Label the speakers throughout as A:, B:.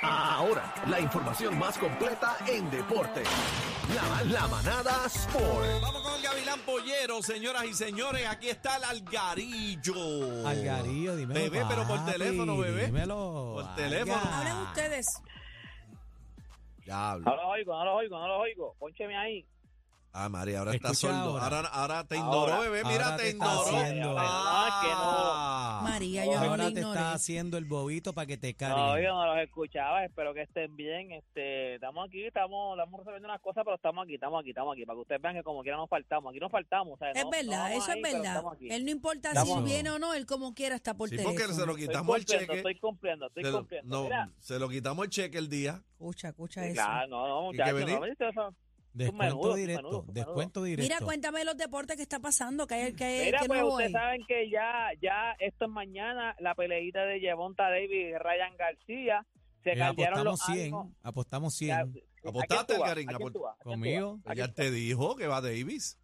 A: Ahora, la información más completa en deporte. La, la manada Sport.
B: Vamos con el Gavilán Pollero, señoras y señores. Aquí está el Algarillo.
C: Algarillo, dímelo.
B: Bebé, pero por
C: papi,
B: teléfono, bebé.
C: Dímelo.
B: Por teléfono.
C: Alga.
D: Hablen ustedes.
B: Diablo.
E: No los oigo, no los oigo, no los oigo. Póncheme ahí.
B: Ah, María, ahora
C: ¿Me
B: está
C: escucha
B: sordo. Ahora,
C: ahora?
B: ahora te ignoró,
E: Ahora.
B: bebé. Mira,
C: Ahora
B: te,
C: te está
B: ignoró.
C: haciendo.
B: Ah.
D: María, yo no
C: Ahora
D: le
C: te
D: ignoré.
C: está haciendo el bobito para que te
E: No,
C: cargue.
E: yo no los escuchaba, espero que estén bien. Este, estamos aquí, estamos, estamos resolviendo unas cosas, pero estamos aquí, estamos aquí, estamos aquí, para que ustedes vean que como quiera nos faltamos, aquí nos faltamos. o sea,
D: Es
E: no- no
D: verdad,
E: vamos
D: eso
E: ahí,
D: es
E: pero
D: verdad.
E: estamos aquí.
D: Él no importa si
C: Estamos-
D: viene o no, él como quiera está por
B: Sí, porque
D: teléfono.
B: se lo
E: Estoy
B: quitamos el
E: cumpliendo,
B: cheque.
E: estoy cumpliendo, estoy
B: Se lo,
E: cumpliendo.
B: no,
E: Mira,
B: se lo quitamos el cheque el día.
D: Escucha, escucha eso. Eh,
E: claro, no, no,
B: Y que
E: muchachos,
B: venir.
E: no me dices eso.
C: Descuento
E: menudo, un
C: directo.
E: menudo, un
C: descuento directo.
D: Mira, cuéntame los deportes que está pasando, que hay que,
E: Mira,
D: que
E: pues
D: no
E: ustedes
D: voy.
E: saben que ya, ya esto es mañana, la peleita de Yevonta Davis y Ryan García. Se
C: Eh,
E: cambiaron
C: apostamos
E: los
C: 100.
E: ánimos.
C: Apostamos
E: Ya,
C: 100.
E: ¿a
B: Apostaste,
E: quién tú vas?
B: Karin,
E: ¿A quién tú vas? ¿A quién tú vas?
C: Conmigo.
E: ¿A
B: Ya
E: quién-
B: te dijo que va Davis.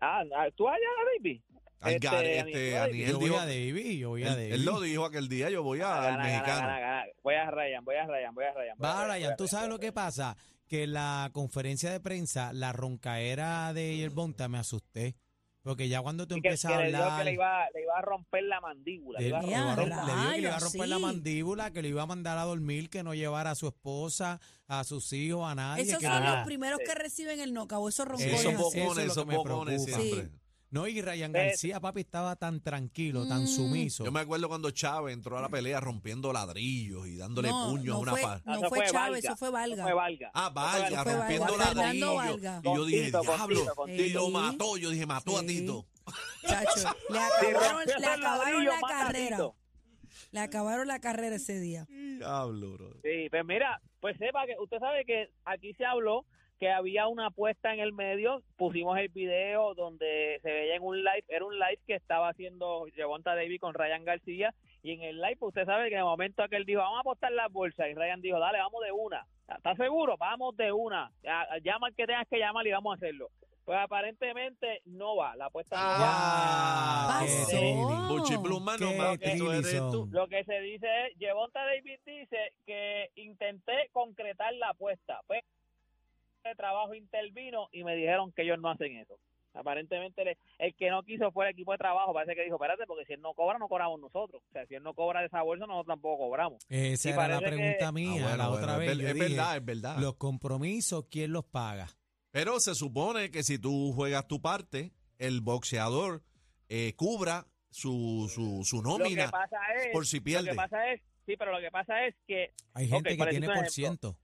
E: Ah, ah, tú allá, Davis.
B: Algar,
E: Este,
B: este,
E: Aniel
B: Aniel
C: yo voy
B: dijo-
C: a David, yo voy a
B: él,
C: David.
B: él lo dijo aquel día, yo
C: ah,
B: voy a-
E: Gana,
B: al
E: gana,
B: mexicano.
E: gana, gana. Voy a Ryan, voy a Ryan, voy a Ryan. voy a
C: Va,
E: Ryan, voy
C: Ryan,
E: a
C: tú
E: Ryan,
C: sabes
E: voy a
C: lo que
E: Ryan.
C: pasa, que la conferencia de prensa, la roncaera de Yerbonta me asusté, porque ya cuando tú
E: Y que-
C: empiezas a
E: que le dijo
C: hablar,
E: que le iba, le iba a romper la mandíbula. le
C: le-
E: iba a
C: le
D: Ya,
C: iba a
E: romper
C: rom-
E: la-
C: le dijo que le iba a
D: rayos,
C: romper
D: sí.
C: la mandíbula, que lo iba a mandar a dormir, que no llevara a su esposa, a sus hijos, a nadie.
D: Esos
C: que
D: son
C: no-
E: nada.
D: los primeros
E: Sí.
D: que reciben el knockout, esos
C: Sí,
D: rompones
B: Esos
C: eso
D: así.
C: es lo
B: bocones,
C: que
B: esos
C: me
B: bocones
C: preocupa.
B: siempre.
C: No, y Ryan
E: Pero-
C: García, papi, estaba tan tranquilo, tan
D: Mm.
C: sumiso.
B: Yo me acuerdo cuando Chávez entró a la pelea rompiendo ladrillos y dándole
D: No,
B: puños a
D: no
B: una
D: fue-
B: par.
D: No
E: eso
D: fue Chávez, eso fue Valga.
E: Eso fue Valga.
B: Ah,
E: Eso fue
B: Valga,
D: Eso fue
B: rompiendo
D: Valga. Fernando
B: ladrillos.
D: Valga.
B: Y yo dije,
E: Con Tito, con
B: diablo,
E: Tito, con
B: y lo
D: Tito.
B: mató. Yo dije, mató a
D: Sí.
B: Tito.
D: Chacho, le acabaron, le acabaron la carrera. Le acabaron la carrera ese día.
B: Diablo, bro.
E: Sí, pues mira, pues sepa que usted sabe que aquí se habló que había una apuesta en el medio, pusimos el video donde se veía en un live, era un live que estaba haciendo Javonta Davis con Ryan García y en el live pues usted sabe que de momento aquel dijo, vamos a apostar las bolsas y Ryan dijo, dale, vamos de una, ¿estás seguro? Vamos de una, Ya, llama al que tengas que llamar y vamos a hacerlo. Pues aparentemente no va, la apuesta no va.
C: Ah,
D: Pasó.
C: qué trivia.
B: Buchipluma, no
C: Qué
B: más que tú
C: trilis
B: eres
C: son.
B: tú.
E: Lo que se dice es, Yevonta David dice que intenté concretar la apuesta, pero el trabajo intervino y me dijeron que ellos no hacen eso. Aparentemente le- el que no quiso fue el equipo de trabajo, parece que dijo, espérate, porque si él no cobra, no cobramos nosotros. O sea, si él no cobra de esa bolsa, nosotros tampoco cobramos.
C: Esa
E: Y
C: era la
E: parece que-
C: pregunta
B: Ah,
C: mía,
B: bueno,
C: la
B: bueno,
C: otra
B: es
C: vez.
B: ver-
C: yo
B: es
C: dije,
B: verdad, es verdad.
C: Los compromisos, ¿quién los paga?
B: Pero se supone que si tú juegas tu parte, el boxeador eh, cubra su, su, su
E: lo que
B: nómina
E: pasa es,
B: por si
E: lo
B: pierde.
E: que pasa es, sí, pero lo que pasa es que
C: Hay gente
E: Ok,
C: que
E: por
C: tiene
E: decirte un
C: por
E: ejemplo.
C: ciento.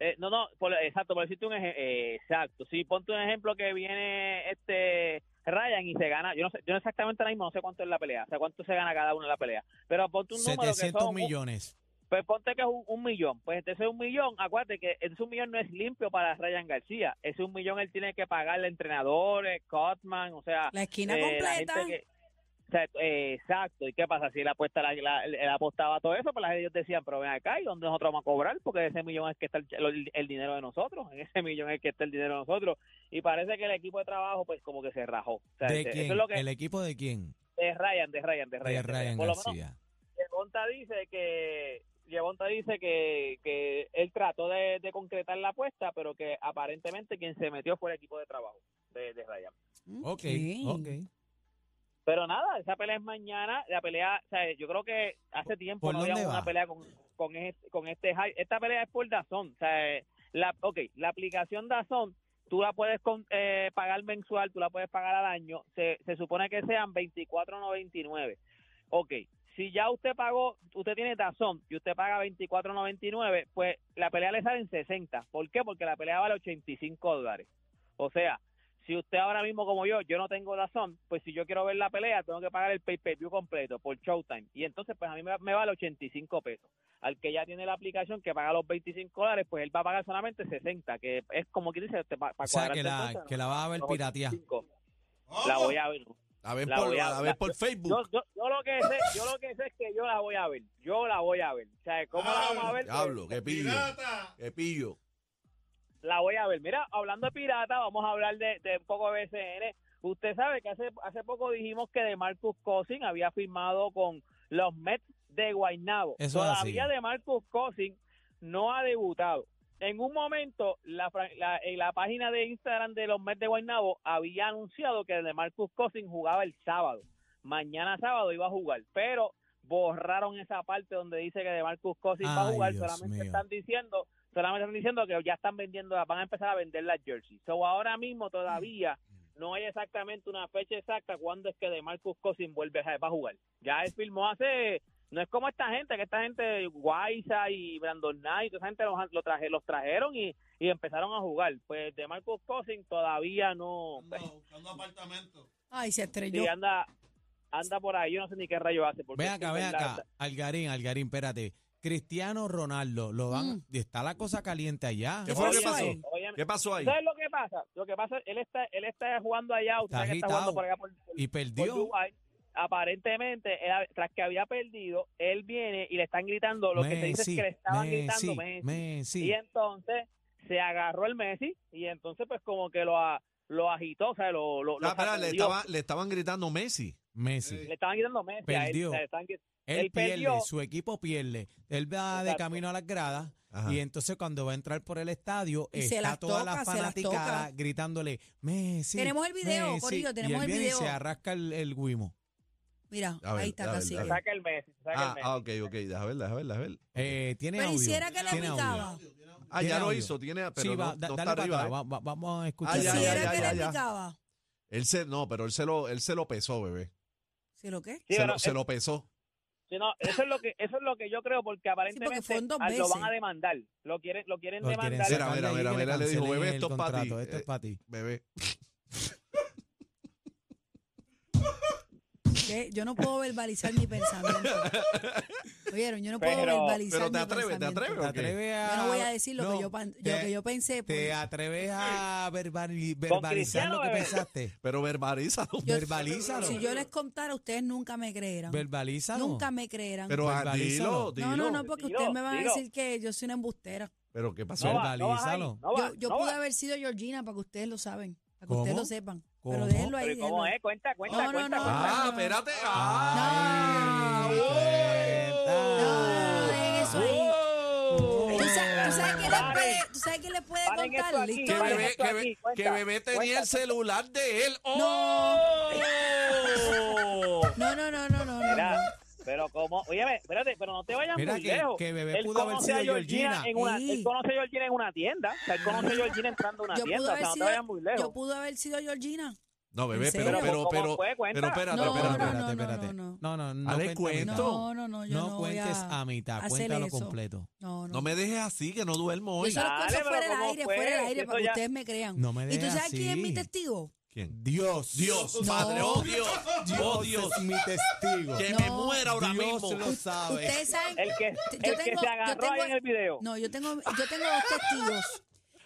E: Eh, no, no, por- exacto, por decirte un ejemplo, exacto. Si ponte un ejemplo que viene este Ryan y se gana, yo no sé, yo no exactamente ahora mismo no sé cuánto es la pelea, o sea, cuánto se gana cada una en la pelea, pero ponte un número que
C: 700
E: son,
C: millones.
E: pues ponte que es un, un millón, pues entonces un millón, acuérdate que ese un millón no es limpio para Ryan García, ese un millón él tiene que pagarle a entrenadores, Cotman, o sea,
D: La esquina
E: eh, la
D: completa.
E: gente que- o sea, eh, exacto, ¿y qué pasa? Si él, apuesta la, la- él apostaba todo eso, pues las- ellos decían, pero ven acá, ¿y dónde nosotros vamos a cobrar? Porque ese millón es que está el, el- el dinero de nosotros, en ese millón es que está el dinero de nosotros. Y parece que el equipo de trabajo, pues como que se rajó. O sea,
C: ¿De
E: este,
C: quién?
E: Eso es lo que
C: ¿El equipo de quién?
E: de Ryan, de Ryan,
C: De
E: de Ryan. de Ryan.
C: Ryan
E: Por lo menos,
C: García.
E: Yevonta dice que Yevonta dice que, que él trató de, de concretar la apuesta, pero que aparentemente quien se metió fue el equipo de trabajo de, de Ryan.
D: Mm,
C: Ok,
D: Ok.
C: ok.
E: Pero nada, esa pelea es mañana. La pelea, o sea, yo creo que hace tiempo
C: ¿Por
E: no había
C: dónde
E: una
C: va?
E: pelea con, con, este, con este hype. Esta pelea es por Dazón. O sea, eh, la, ok, la aplicación Dazón, tú la puedes con- eh, pagar mensual, tú la puedes pagar al año. Se, se supone que sean 24.99. Ok, si ya usted pagó, usted tiene Dazón y usted paga 24.99, pues la pelea le sale en 60. ¿Por qué? Porque la pelea vale 85 dólares. O sea, si usted ahora mismo como yo, yo no tengo razón, pues si yo quiero ver la pelea, tengo que pagar el pay-per-view completo por Showtime. Y entonces, pues a mí me, me vale 85 pesos. Al que ya tiene la aplicación que paga los 25 dólares, pues él va a pagar solamente 60, que es como quien dice, este, para
C: O sea, que la, que la vas a ver piratear.
E: La voy a ver.
B: A ver
E: La
B: por,
E: voy a-
B: a ver
E: la-
B: por Facebook.
E: Yo, yo, yo lo que sé, yo lo que sé es que yo la voy a ver. Yo la voy a ver. O sea, ¿cómo la vamos a ver?
C: Ah,
B: Diablo, qué pillo. Qué pillo.
E: Pues, la voy a ver. Mira, hablando de pirata, vamos a hablar de, de un poco de BCN. Usted sabe que hace, hace poco dijimos que de Marcus Cousin había firmado con los Mets de Guaynabo.
C: Eso es así.
E: Todavía de Marcus Cosin no ha debutado. En un momento, la, fra- la- en la página de Instagram de los Mets de Guaynabo había anunciado que de Marcus Cosin jugaba el sábado. Mañana sábado iba a jugar, pero borraron esa parte donde dice que de Marcus Cosin va a
C: Ay,
E: jugar.
C: Dios
E: solamente
C: mío.
E: están diciendo, solamente están diciendo que ya están vendiendo, van a empezar a vender las jerseys. So ahora mismo todavía no hay exactamente una fecha exacta cuando es que de Marcus Cosin vuelve a, va a jugar. Ya él firmó hace no es como esta gente, que esta gente Guaysa y Brandon Knight, toda esa gente los, lo traje, los trajeron y, y empezaron a jugar. Pues de Marcus Cosin todavía no
B: buscando apartamento.
D: Ay, se estrelló.
E: sí, anda anda por ahí, yo no sé ni qué rayo hace. porque
C: Ven
E: es que
C: acá,
E: en
C: ven
E: verdad
C: acá. Algarín, Algarín, espérate. Cristiano Ronaldo, lo van, está la cosa caliente allá.
B: ¿Qué fue lo que
D: pasó
B: pasó?
D: ahí?
E: Óyeme,
B: ¿Qué pasó ahí?
E: ¿Sabes lo que pasa? Lo que pasa es él está él está jugando allá, usted
C: Está
E: sabe que está
C: agitado.
E: jugando por allá por, por-
C: Y
E: por
C: perdió.
E: Dubái. Aparentemente, él ha- tras que había perdido, él viene y le están gritando. Lo que se dice es que le estaban gritando Messi.
C: Messi.
E: Y entonces se agarró el Messi y entonces pues como que lo, a- lo agitó, o sea, lo, lo, lo
B: Ah, espera, le,
E: sacudió.
B: estaba- le estaban gritando Messi.
C: Messi.
E: Le estaban gritando Messi
C: Perdió.
E: a él. le estaban gri-
C: Él,
E: él
C: pierde,
E: perdió.
C: su equipo pierde. Él va de
E: Exacto.
C: camino a las gradas
B: Ajá. Ah,
C: y entonces cuando va a entrar por el estadio
D: Y se
C: está
D: las
C: toda
D: toca,
C: la
D: se las
C: fanaticada
D: toca.
C: gritándole Messi.
D: Tenemos el video,
C: Messi".
D: Corillo, tenemos
C: y él
D: el
C: viene
D: video.
C: Y se arrasca el, el guimo.
D: Mira,
B: A ver,
D: ahí está
B: a ver,
D: casi.
B: a ver.
E: Saca el Messi, saca
B: Ah,
E: el Messi.
B: ah, ok, ok. Déjame ver, déjame ver, déjame ver.
C: Eh, tiene
D: Pero
C: audio.
D: hiciera que le
C: tiene audio.
D: picaba.
B: Ah,
C: Tiene
B: ya lo
C: audio.
B: hizo, tiene, pero
C: sí,
B: no,
C: va, da-
B: no
C: dale
B: está
C: para
B: arriba.
C: atrás,
B: ¿eh?
C: va- va- vamos a escuchar.
B: Ah, ya,
C: eso.
B: ya,
D: Hiciera
B: ya,
D: que
B: ya,
D: le
B: ya.
D: picaba.
B: Él se, no, pero él se lo, él se lo pesó, bebé.
D: ¿Sí lo qué?
E: Sí,
B: se,
E: pero
B: lo, se
E: es-
B: lo pesó.
E: sí, no, eso es lo que eso es lo que yo creo porque aparentemente
D: fueron dos
E: ah, lo van
D: veces.
E: a demandar, lo quieren lo quieren
C: Porque quieren
E: demandar.
B: Mira,
C: sacarle
B: mira,
C: ahí
B: mira,
C: que
B: mira, le dijo,
C: cancelen
B: "Bebé,
C: el
B: esto es pa' ti".
C: contrato, Esto es
B: Eh,
C: para ti.
B: Bebé.
D: ¿Qué? Yo no puedo verbalizar mi pensamiento. ¿Oyeron? Yo no puedo
E: Pero-
D: verbalizar
B: Pero te
D: mi
B: atreves, te
D: pensamiento.
B: atreves.
C: ¿Te
B: ¿o qué?
C: atreves
D: Yo no voy a decir lo,
C: no,
D: que, yo, pan-
C: te-
D: lo que yo
C: ¿Te
D: pensé. pues.
C: atreves a verbali- verbalizar
E: Cristiano,
C: lo que
E: bebé.
C: pensaste?
B: Pero verbalízalo.
D: Yo-
C: Verbalízalo.
D: Si yo les contara, ustedes nunca me creerán.
C: Verbalízalo.
D: Nunca me creerán.
B: Pero ah,
C: verbalízalo.
B: dilo,
D: no,
B: dilo.
D: no, no, porque
E: Dilo,
D: ustedes me van a
E: dilo.
D: decir que yo soy una embustera.
B: Pero ¿qué pasó?
E: no va, no vas ahí,
C: verbalízalo.
E: no va,
D: yo yo
E: no
D: pude
E: va.
D: haber sido Georgina, para que ustedes lo saben, para que
C: ¿Cómo?
D: ustedes lo sepan.
C: ¿Cómo?
D: Pero déjenlo ahí.
E: Pero ¿y ¿cómo
D: déjenlo.
E: es? Cuenta, cuenta,
D: No, no,
E: cuenta.
D: no.
E: cuenta.
B: Ah,
D: no.
B: espérate. Ah,
C: Ay,
B: ¡oh!
D: No, no,
C: cuenta.
D: dejen eso ahí. ¿Tú sa- tú sabes quién les
E: Paren.
D: puede, tú sabes quién les puede
E: Paren esto
D: contar la
E: aquí,
B: Que
E: Vale,
D: historia?
B: bebé,
E: esto
B: que
E: aquí,
B: be-
E: cuenta,
B: que bebé tenía
E: cuenta.
B: el celular de él. ¡Oh!
D: No, no, no, no, no. no,
E: Mira,
D: no.
E: pero como, oye, ve, espérate, pero no te vayas
C: Mira
E: muy
C: que-
E: lejos.
C: que Bebé
E: él
C: pudo haber
E: conoce a
C: sido
E: Georgina.
C: Georgina.
E: en una,
D: Sí.
E: él conoce a Georgina en una tienda. O sea, él conoce a Georgina entrando a una
D: Yo pude
E: tienda. O sea,
D: haber
E: no te
D: sido,
E: vayas muy
D: yo
E: lejos.
D: pude haber sido Georgina.
B: No, bebé,
D: ¿En
B: pero,
D: serio?
B: pero,
E: ¿Cómo
B: pero,
E: fue? Cuenta.
B: pero, espérate,
D: No,
B: espérate,
D: no,
B: espérate.
D: no,
C: espérate.
D: no, no.
C: No, no, no.
B: Dale
C: cuenta a mitad.
B: cuento.
D: No, no, no, yo
C: No
D: no voy
C: cuentes
D: a
C: a mitad.
D: hacer
C: Cuéntalo
D: eso.
C: completo.
D: No, no.
B: No me dejes así, que no duermo
D: yo
B: hoy.
D: se los cuento
E: Dale, pero
D: fuera del
E: ¿cómo
D: aire,
E: fue?
D: fuera del
E: Si
D: aire,
E: eso
D: para que
E: ya-
D: ustedes me crean.
C: No me
D: ¿Y tú
C: dejes
D: sabes quién es
C: así.
D: mi testigo?
B: ¿Quién?
C: Dios.
B: Dios,
D: No.
B: padre. Oh, Dios. Oh, Dios.
C: es mi testigo.
B: Que
D: No.
B: me muera ahora
C: Dios
B: mismo.
C: lo sabe.
D: Ustedes saben.
E: El que,
D: Yo
E: el que
D: tengo-
E: se
D: yo
E: agarró
D: tengo-
E: ahí en el video.
D: No, yo tengo, yo tengo dos testigos.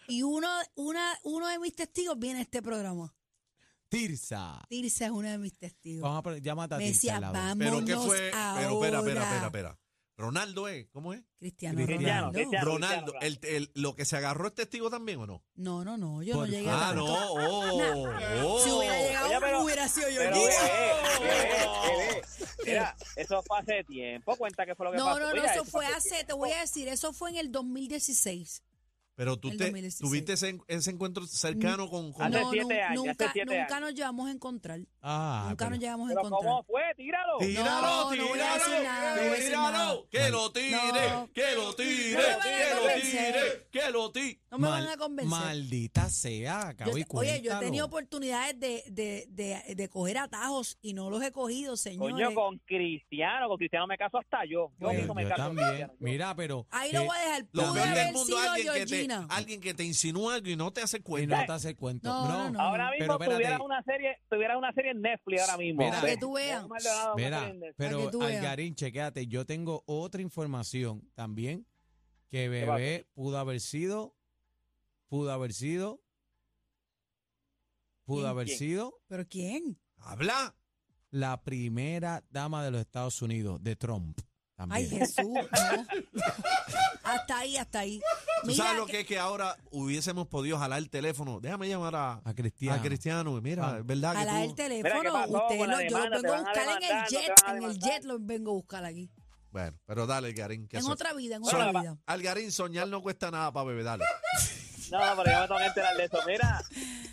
D: Y uno, una, uno de mis testigos viene a este programa.
C: Tirsa.
D: Tirsa es uno de mis testigos.
C: Vamos a poner- llámate a
D: Me
C: Tirsa.
D: decía,
C: al lado.
D: vamos.
B: Pero ¿qué
D: Vámonos
B: fue? Pero espera, espera,
D: ahora.
B: espera, espera. Ronaldo es, ¿cómo es?
D: Cristiano,
C: Cristiano,
D: Ronaldo.
E: Cristiano.
B: Ronaldo, el, el- lo que se agarró es testigo también o no?
D: No, no, no, yo
C: Por-
D: no llegué a
B: Ah,
D: tanto.
B: no. Oh, oh.
D: Si hubiera llegado,
E: Oye, pero-
D: hubiera sido yo.
E: Pero, eh,
D: Mira.
E: bebé, bebé, bebé. eh, Mira, eso fue hace tiempo. Cuenta qué fue lo que
D: No,
E: pasó.
D: no, no,
E: Mira,
D: eso fue
E: hace
D: hace, te
E: tiempo.
D: voy a decir, eso fue en el 2016.
B: Pero tú
D: El
B: te,
D: 2016.
B: tuviste ese, ese encuentro cercano con... con-
E: Hace
D: no,
E: siete
D: nu-
E: años, hace
D: nunca,
E: siete
D: nunca
E: años.
D: nos llevamos a encontrar.
C: Ah,
D: nunca
C: pero-
D: nos llevamos a
E: Pero ¿cómo
D: encontrar.
E: fue? Tíralo.
D: No, no
B: ¡Tíralo,
D: voy a decir nada, no voy a decir nada.
B: tíralo! ¡Que lo
D: No.
B: tire! ¡Que lo
D: No me
B: tire!
D: van a
B: ¡Que lo
D: convencer.
B: tire! ¡Que lo tire!
D: No me
C: Mal-
D: van a convencer.
C: Maldita sea,
D: Yo
C: cabrón.
D: te- oye, yo he tenido oportunidades de, de, de, de coger atajos y no los he cogido, señores.
E: Coño, con Cristiano. Con Cristiano me caso hasta yo. Yo
C: Yo,
E: mismo me
C: Pues yo
E: caso. con
C: también.
E: Cristiano, yo.
C: Mira, pero.
D: Ahí lo
C: eh,
D: voy a dejar.
B: Lo
D: Pudo
B: peor del
D: haber
B: mundo es
D: sido
B: alguien que, te,
D: Georgina.
B: alguien que te insinúa algo y no te hace
C: Y
B: cuenta.
C: pues no te hace el cuento.
D: No, no, no.
E: Ahora mismo
C: Pero
E: tuvieras
C: espérate.
E: una serie, tuvieras una serie en Netflix ahora mismo.
C: Mira,
E: Ve.
D: que tú veas.
E: Ve, Maldonado, una serie
C: Mira,
E: en Netflix.
C: pero
D: que tú veas.
C: Algarín, chequéate, yo tengo otra información también que
E: pasó?
C: bebé pudo haber sido, pudo haber sido, pudo
D: ¿Quién,
C: haber
E: quién?
C: sido
D: ¿Pero quién?
B: ¡Habla!
C: la primera dama de los Estados Unidos, de Trump.
D: Ay,
C: También.
D: Jesús. no. hasta ahí, hasta ahí.
B: ¿Tú
D: Mira,
B: sabes lo que es que ahora hubiésemos podido jalar el teléfono? Déjame llamar a,
C: a Cristiano.
B: a Cristiano. Mira,
C: Ah.
B: es verdad que tú...
D: jalar el
E: Mira, ¿qué
D: teléfono,
E: pasó con
D: ustedes
E: la
D: lo- yo los vengo
E: demanda?
D: a
E: Te van a
D: buscar en el
E: demandar, no te
D: jet,
E: van a
D: en el
E: demandar.
D: jet los vengo a buscar aquí.
B: Bueno, pero dale, Algarín. Que
D: En
B: so-
D: otra vida, en
B: so-
D: otra vida.
B: Algarín, soñar no cuesta nada para bebé, dale.
E: No, pero yo me tengo que enterar de eso. Mira,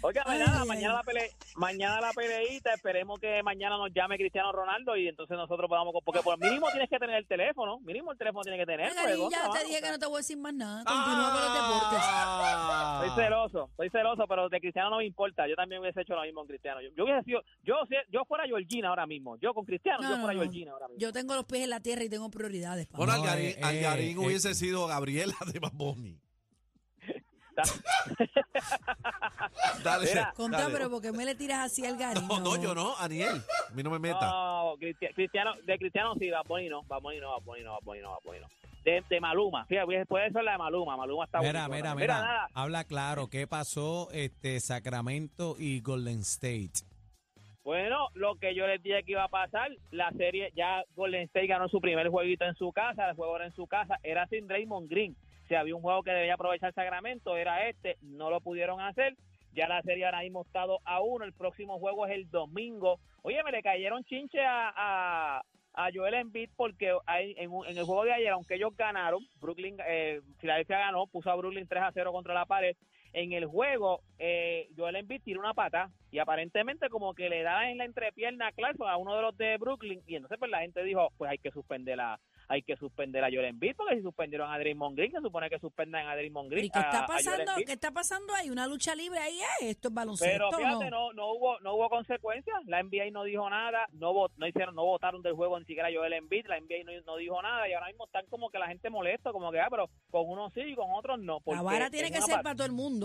E: oiga,
D: Ay,
E: nada,
D: ay.
E: mañana la, pele, mañana la peleita, esperemos que mañana nos llame Cristiano Ronaldo y entonces nosotros podamos, porque por mínimo tienes que tener el teléfono, mínimo el teléfono tiene que tener.
D: Venga,
E: porque
D: Gary, ya
E: goza,
D: te
E: mano,
D: dije
E: o sea,
D: que no te voy a decir más nada. Continúa con los deportes.
B: Ah.
E: Soy celoso, soy celoso, pero de Cristiano no me importa. Yo también hubiese hecho lo mismo con Cristiano. Yo, yo hubiese sido, yo, si- yo fuera Georgina ahora mismo. Yo con Cristiano,
D: No,
E: yo
D: no,
E: fuera
D: no.
E: Georgina ahora mismo.
D: Yo tengo los pies en la tierra y tengo prioridades. papá.
B: Bueno,
C: No,
B: Algarín,
C: eh, eh,
B: Algarín
C: eh.
B: hubiese sido Gabriela de Baboni. dale,
E: Mira.
D: Contra,
B: dale.
D: pero porque me le tiras así al Gary.
B: No, no, yo no, Aniel. A mí no me meta.
E: No, Cristi- Cristiano, de Cristiano sí, va no, va no, va no, va no, va no. De, de Maluma, fíjate, pues, puede ser la de Maluma, Maluma está
C: Mira,
E: bonito
C: mira,
E: también.
C: mira,
E: nada,
C: habla claro, ¿qué pasó este Sacramento y Golden State?
E: Bueno, lo que yo les dije que iba a pasar, la serie ya Golden State ganó su primer jueguito en su casa, el juego era en su casa, era sin Draymond Green. Si había un juego que debía aprovechar Sacramento, era este, no lo pudieron hacer. Ya la serie ahora mismo está 2 a uno, el próximo juego es el domingo. Oye, me le cayeron chinche a, a, a Joel Embiid porque hay- en, un- en el juego de ayer, aunque ellos ganaron, Brooklyn, eh, Filadelfia ganó, puso a Brooklyn 3 a 0 contra la pared en el juego, eh, Joel Embiid tira una pata y aparentemente como que le da en la entrepierna a Clarkson a uno de los de Brooklyn y entonces pues la gente dijo, pues hay que suspender a, hay que suspender a Joel Embiid porque si suspendieron a Draymond Green, se supone que suspendan a Draymond Green.
D: ¿Y qué
E: a-
D: está
E: a Joel
D: pasando?
E: Embiid.
D: ¿Qué está pasando ahí? ¿Una lucha libre ahí? eh? ¿Esto es baloncesto
E: Pero
D: o no?
E: fíjate, no, no hubo no hubo consecuencias. La NBA no dijo nada, no vo- no hicieron, no votaron del juego ni siquiera Joel Embiid. La NBA no, no dijo nada y ahora mismo están como que la gente molesta, como que ah, pero con unos sí y con otros no.
D: la
E: porque
D: vara
E: es
D: tiene que
E: una
D: ser
E: pata.
D: para todo el mundo.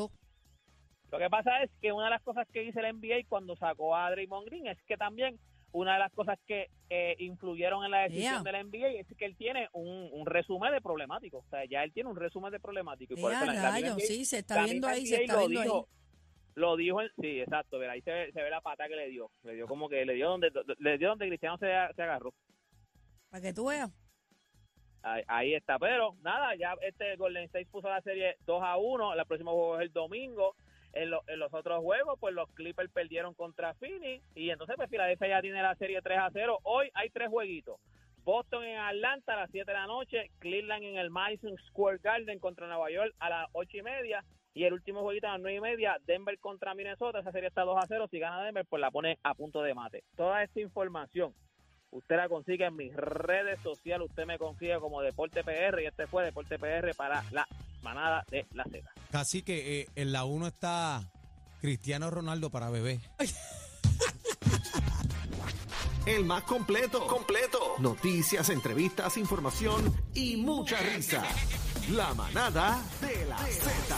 E: Lo que pasa es que una de las cosas que hizo el NBA cuando sacó a Draymond Green es que también una de las cosas que eh, influyeron en la decisión
D: Ea.
E: del NBA es que él tiene un, un resumen de problemático. O sea, ya él tiene un resumen de problemático. Y por
D: Eh,
E: eso la- la
D: rayos,
E: NBA
D: sí, se está
E: la
D: viendo
E: misma
D: ahí, se
E: NBA
D: está
E: lo
D: viendo ahí.
E: dijo, Lo dijo, en, sí, exacto. Mira, ahí se ve, se ve la pata que le dio. Le dio como que le dio donde, do- le dio donde Cristiano se, se agarró.
D: Para que tú veas.
E: Ahí, ahí está, pero nada, ya este Golden State puso la serie 2 a 1, el próximo juego es el domingo. En, lo- en los otros juegos, pues los Clippers perdieron contra Phoenix y entonces pues Filadelfia ya tiene la serie 3 a 0. Hoy hay tres jueguitos. Boston en Atlanta a las 7 de la noche, Cleveland en el Madison Square Garden contra Nueva York a las 8 y media y el último jueguito a las 9 y media, Denver contra Minnesota, esa serie está 2 a 0. Si gana Denver, pues la pone a punto de mate. Toda esta información Usted la consigue en mis redes sociales. Usted me consigue como Deporte PR y este fue Deporte PR para la manada de la Z.
C: Casi que eh, en la 1 está Cristiano Ronaldo para bebé.
A: El más completo. Completo. Noticias, entrevistas, información y mucha risa. La manada de la Z.